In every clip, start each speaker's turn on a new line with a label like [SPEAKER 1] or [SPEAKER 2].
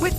[SPEAKER 1] With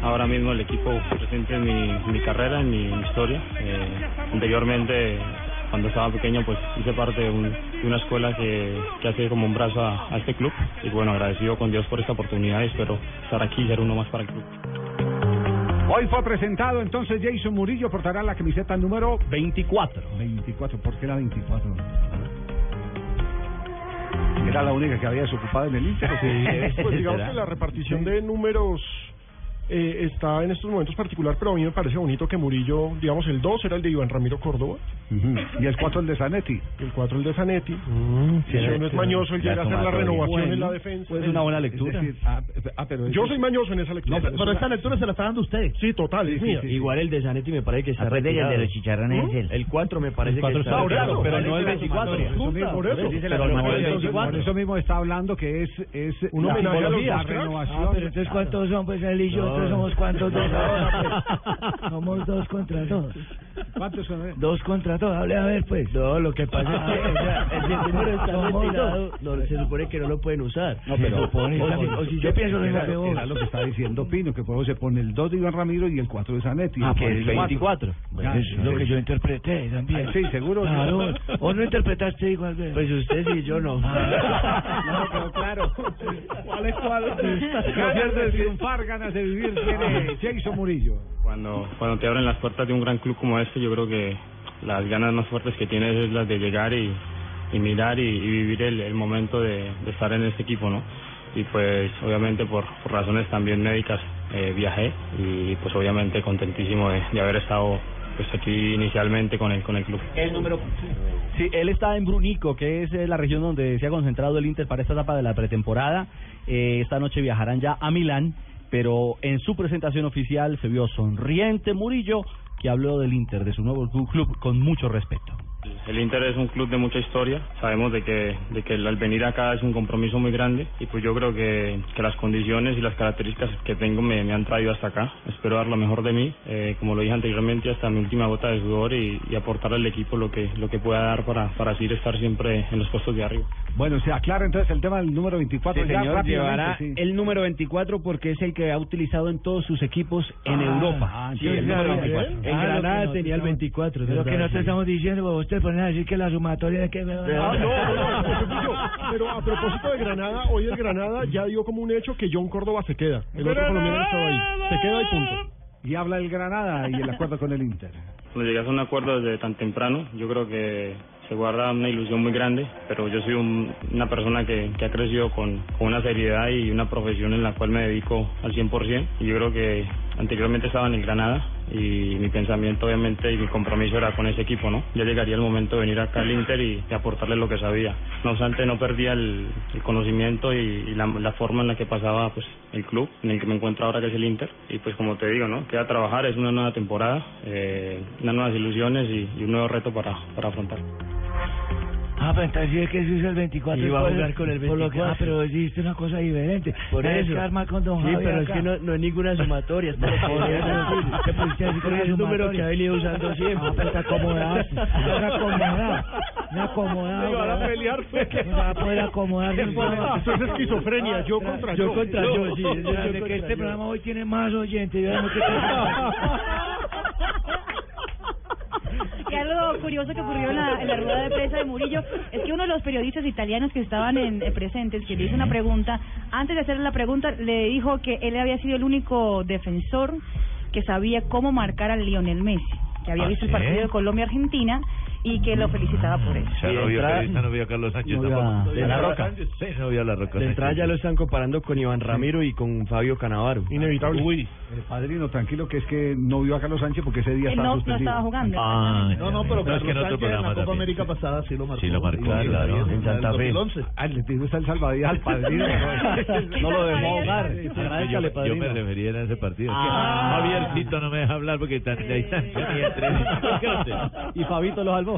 [SPEAKER 2] Ahora mismo el equipo presente en mi, mi carrera, en mi, mi historia. Eh, anteriormente, cuando estaba pequeño, pues hice parte de, un- de una escuela que, que hace como un brazo a, a este club. Y bueno, agradecido con Dios por esta oportunidad y espero estar aquí y ser uno más para el club.
[SPEAKER 3] Hoy fue presentado, entonces Jason Murillo portará la camiseta número 24. 24, ¿por qué la 24? Era la única que había desocupado en el Inter. ¿o qué?
[SPEAKER 4] Pues digamos que la repartición de números eh, está en estos momentos particular, pero a mí me parece bonito que Murillo, digamos, el 2 era el de Iván Ramiro Córdoba,
[SPEAKER 3] Ujú, Y el 4 el de Zanetti. Mm,
[SPEAKER 4] el 4 el de Zanetti. si uno es mañoso, él llega a hacer la renovación en la defensa.
[SPEAKER 3] pues, Es decir, ah, ah, pero
[SPEAKER 4] Yo soy mañoso en esa lectura.
[SPEAKER 3] lectura se la está dando usted.
[SPEAKER 4] Sí, total, es mía.
[SPEAKER 5] Igual el de Zanetti me parece que está retirado. El de los chicharrones es El 4 me parece que está
[SPEAKER 4] retirado,
[SPEAKER 5] pero no el 24.
[SPEAKER 4] Por eso.
[SPEAKER 5] Pero no el
[SPEAKER 3] Por
[SPEAKER 5] 24.
[SPEAKER 3] eso mismo está hablando que es, es
[SPEAKER 4] Un
[SPEAKER 3] la
[SPEAKER 4] homenaje a los
[SPEAKER 3] tipología,
[SPEAKER 4] dos cracks.
[SPEAKER 3] renovación.
[SPEAKER 5] Ah, entonces cuántos son, pues él y yo, nosotros somos cuántos dos ahora, pues. Somos dos contra dos.
[SPEAKER 3] ¿Cuántos son? eh?
[SPEAKER 5] Dos contra dos, hable a ver pues. No, lo que pasa es que o sea, el número está retirado, no, se supone que no lo pueden usar.
[SPEAKER 3] No, pero
[SPEAKER 5] o, si, o si yo pienso lo mismo
[SPEAKER 3] era,
[SPEAKER 5] que vos.
[SPEAKER 3] era lo que está diciendo Pino, que por eso se pone el 2 de Iván Ramiro y el 4 de Zanetti.
[SPEAKER 5] Ah,
[SPEAKER 3] que
[SPEAKER 5] pues el 24.
[SPEAKER 3] Pues eso es lo que yo
[SPEAKER 5] interpreté también.
[SPEAKER 3] Sí, seguro.
[SPEAKER 5] Claro. ¿O no interpretaste igual? Pues usted sí, yo no.
[SPEAKER 3] No, pero claro. ¿Cuál es cuál? Ganas de triunfar, ganas de vivir
[SPEAKER 4] Eh,
[SPEAKER 3] tiene Jason Murillo.
[SPEAKER 2] Cuando, cuando te abren las puertas de un gran club como este, yo creo que las ganas más fuertes que tienes es las de llegar y, y mirar y, y vivir el, el momento de, de estar en este equipo, ¿no? Y pues obviamente por, por razones también médicas eh, viajé y pues obviamente contentísimo de, de haber estado pues aquí inicialmente con el, con el club.
[SPEAKER 5] Sí, él está en Brunico, que es eh, la región donde se ha concentrado el Inter para esta etapa de la pretemporada. Eh, esta noche viajarán ya a Milán, pero en su presentación oficial se vio sonriente Murillo, que habló del Inter, de su nuevo clu- club, con mucho respeto.
[SPEAKER 2] El Inter es un club de mucha historia, sabemos de que, de que el- al venir acá es un compromiso muy grande y pues yo creo que, que las condiciones y las características que tengo me, me han traído hasta acá. Espero dar lo mejor de mí, eh, como lo dije anteriormente, hasta mi última gota de sudor y, y aportar al equipo lo que, lo que pueda dar para, para así estar siempre en los puestos de arriba.
[SPEAKER 3] Bueno, se aclara entonces el tema del número 24. ya rápidamente, sí.
[SPEAKER 5] el número 24 porque es el que ha utilizado en todos sus equipos en Europa.
[SPEAKER 3] Sí, el número 24.
[SPEAKER 5] En Granada tenía el 24. Lo que no te estamos diciendo, vos te pones a decir que la sumatoria es que...
[SPEAKER 4] Ah, no, no, no, Murillo, Pero a propósito de Granada, hoy el Granada ya dio como un hecho que John Córdoba se queda. El otro colombiano estaba ahí. Se queda y punto.
[SPEAKER 3] Y habla el Granada y el acuerdo con el Inter.
[SPEAKER 2] Cuando llegas a un acuerdo desde tan temprano, yo creo que se guarda una ilusión muy grande, pero yo soy un- una persona que, que ha crecido con, con una seriedad y una profesión en la cual me dedico al 100%. Y yo creo que anteriormente estaba en el Granada y mi pensamiento obviamente y mi compromiso era con ese equipo, ¿no? Ya llegaría el momento de venir acá al Inter y, y aportarle lo que sabía. No obstante, no perdía el, el conocimiento y, y la, la forma en la que pasaba pues el club en el que me encuentro ahora que es el Inter. Y pues como te digo, ¿no? Queda trabajar, es una nueva temporada, eh, unas nuevas ilusiones y, y un nuevo reto para, para afrontar.
[SPEAKER 5] Ah, pero entonces sí es que se usa el 24.
[SPEAKER 3] Y va a
[SPEAKER 5] por-
[SPEAKER 3] jugar con el
[SPEAKER 5] por lo que-
[SPEAKER 3] 24.
[SPEAKER 5] ah, pero dijiste una cosa diferente. Por eso. arma con Don Javier pero es que no, no es ninguna sumatoria. Es por eso. pues Te pusiste así con el número que ha venido usando siempre. Ah, pero te acomodaste. Una acomodada. Una acomodada.
[SPEAKER 4] Se van a pelear, pues.
[SPEAKER 5] No va a poder acomodar.
[SPEAKER 4] Eso es esquizofrenia, yo contra yo.
[SPEAKER 5] Yo contra yo, sí.
[SPEAKER 4] No,
[SPEAKER 5] Yo sé que este programa hoy tiene más oyentes. Yo no sé
[SPEAKER 6] Y algo curioso que ocurrió en la, en la rueda de prensa de Murillo es que uno de los periodistas italianos que estaban en, eh, presentes, que le hizo una pregunta, antes de hacerle la pregunta, le dijo que él había sido el único defensor que sabía cómo marcar a Lionel Messi, que había visto el partido de Colombia-Argentina y que lo felicitaba por eso.
[SPEAKER 5] sea,
[SPEAKER 7] Y de
[SPEAKER 5] no vio
[SPEAKER 7] entrada-
[SPEAKER 5] Pereza, no vio a Carlos Sánchez
[SPEAKER 7] no vio a-
[SPEAKER 5] tampoco.
[SPEAKER 7] de la Roca.
[SPEAKER 5] Sí, no vio a la Roca.
[SPEAKER 8] De entrada
[SPEAKER 5] Sánchez.
[SPEAKER 8] ya lo están comparando con Iván Ramiro y con Fabio Canavaro.
[SPEAKER 4] Inevitable. Eh, padrino, tranquilo, que es que no vio a Carlos Sánchez porque ese día
[SPEAKER 6] Él
[SPEAKER 4] estaba
[SPEAKER 6] no, no
[SPEAKER 4] suspendido.
[SPEAKER 6] estaba jugando.
[SPEAKER 5] Ah,
[SPEAKER 9] No, no, pero
[SPEAKER 5] No, es que en
[SPEAKER 9] Carlos
[SPEAKER 5] otro
[SPEAKER 9] Sánchez en
[SPEAKER 5] programa
[SPEAKER 9] la Copa
[SPEAKER 5] también.
[SPEAKER 9] América pasada sí lo marcó.
[SPEAKER 5] Sí, lo marcó, claro,
[SPEAKER 9] en
[SPEAKER 5] en Santa Fe.
[SPEAKER 9] 2011.
[SPEAKER 4] Ah, le digo, está el salvadía al padrino.
[SPEAKER 7] No lo dejó ahogar.
[SPEAKER 5] Yo-
[SPEAKER 7] Agradezcale,
[SPEAKER 5] Yo, me
[SPEAKER 7] padrino.
[SPEAKER 5] refería a ese partido.
[SPEAKER 7] Ah.
[SPEAKER 5] Javiercito no me deja hablar porque está en la distancia. ni entre-
[SPEAKER 7] Y Fabito lo salvó.